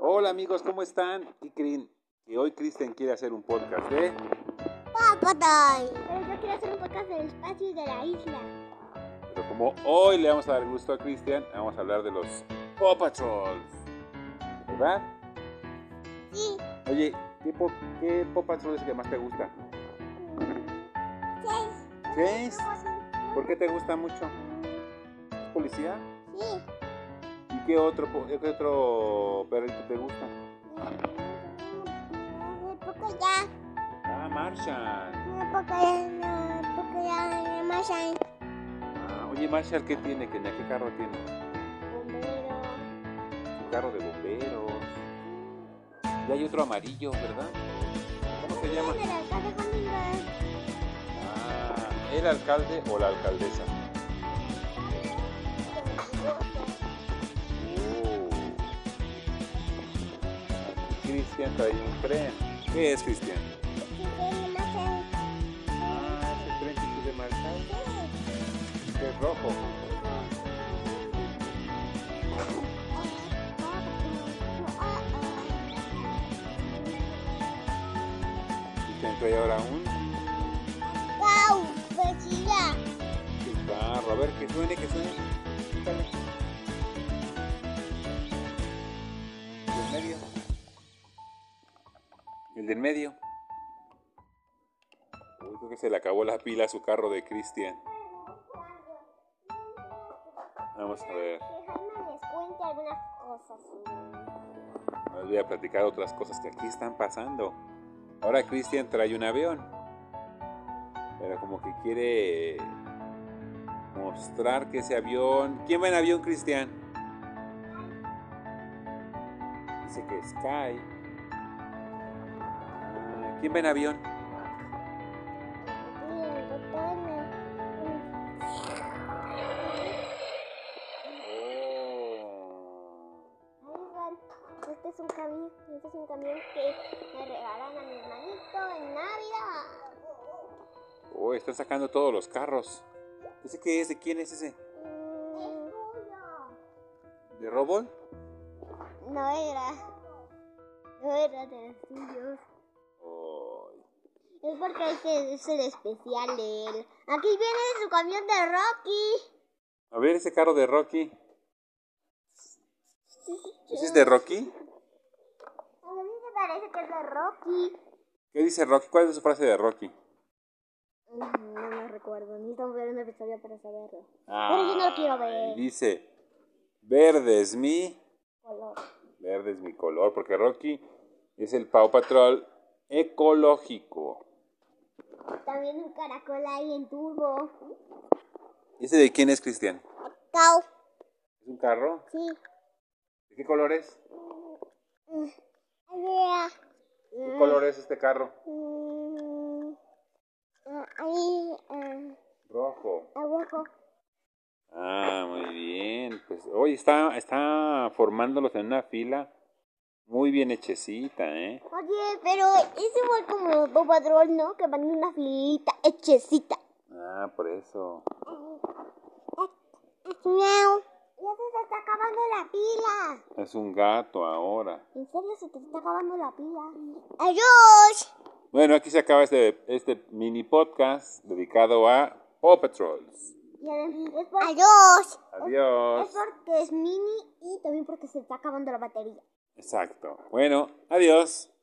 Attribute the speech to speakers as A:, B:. A: Hola amigos, ¿cómo están? ¿Qué creen? Que hoy Kristen quiere hacer un podcast, ¿eh?
B: Papatai.
C: Pero yo quiero hacer un podcast del espacio y de la isla.
A: Pero como hoy le vamos a dar gusto a Cristian, vamos a hablar de los Paw Patrols. ¿Verdad?
B: Sí.
A: Oye, ¿qué, po qué Paw Patrol es el que más te gusta?
B: Seis.
A: ¿Seis? ¿Por qué te gusta mucho? ¿Es policía?
B: Sí.
A: ¿Y qué otro, po- qué otro perrito te gusta?
B: Porque ya.
A: Ah, Marshall.
B: no, Porque ya. no, Porque ya. no hay Más hay
A: Ah, oye, Marshall, ¿qué tiene? ¿Qué, ¿Qué carro tiene?
B: bombero.
A: Un carro de bomberos. Y hay otro amarillo, ¿verdad? ¿Cómo se llama?
B: Pero acá de conmigo.
A: Ah, el alcalde o la alcaldesa. Uh. Cristian trae un tren. ¿Qué es Cristian?
B: Sí, sí, más hay.
A: Ah, ese tren que se marca. Que es rojo. Cristian trae ahora un
B: Wow, felicidad.
A: carro. A ver, que suene, que suene. Dale. El del medio. El del medio. Uy, creo que se le acabó la pila a su carro de Cristian. Vamos a ver.
C: Déjame les cuente algunas cosas.
A: Les voy a platicar otras cosas que aquí están pasando. Ahora Cristian trae un avión. Pero como que quiere mostrar que ese avión... ¿Quién va en avión, Cristian? Dice que Sky. Ah, ¿Quién va en avión?
B: Miren, botones.
C: Oigan, este es un camión, este es un camión que me regalan a mi hermanito en Navidad.
A: Oh, están sacando todos los carros. ¿Ese qué es? ¿De quién es ese?
B: Mm,
A: ¿De Robol?
B: No era. No era de los tuyos.
A: Oh,
B: Es porque este es el especial de él. Aquí viene su camión de Rocky.
A: A ver ese carro de Rocky. ¿Ese es de Rocky?
B: A mí me parece que es de Rocky.
A: ¿Qué dice Rocky? ¿Cuál es su frase de Rocky?
B: No me recuerdo. Necesito ver una episodio para saberlo. Pero yo no lo quiero ver.
A: Ay, Dice, verde es mi,
B: Color.
A: verde es mi color, porque Rocky es el Pau Patrol ecológico.
B: También un caracol ahí en turbo.
A: ¿Ese de quién es, Cristian?
B: Cow.
A: ¿Es un carro?
B: Sí.
A: ¿De qué color es?
B: Idea.
A: ¿Qué color es este carro?
B: Mm, ah, ahí. ah,
A: Rojo.
B: abajo.
A: Ah, muy bien. Pues hoy está, está formándolos en una fila muy bien hechecita, ¿eh?
B: Oye, pero es igual como Bob Patrol, ¿no? Que van en una filita hechecita.
A: Ah, por eso.
B: ¡Miau! Ya se te está acabando la pila.
A: Es un gato ahora.
B: En serio, se te está acabando la pila. ¡Adiós!
A: Bueno, aquí se acaba este, este mini podcast dedicado a Paw Patrols.
B: Y además es por- ¡Adiós! Es
A: Adiós.
B: porque es mini y también porque se está acabando la batería.
A: Exacto. Bueno, adiós.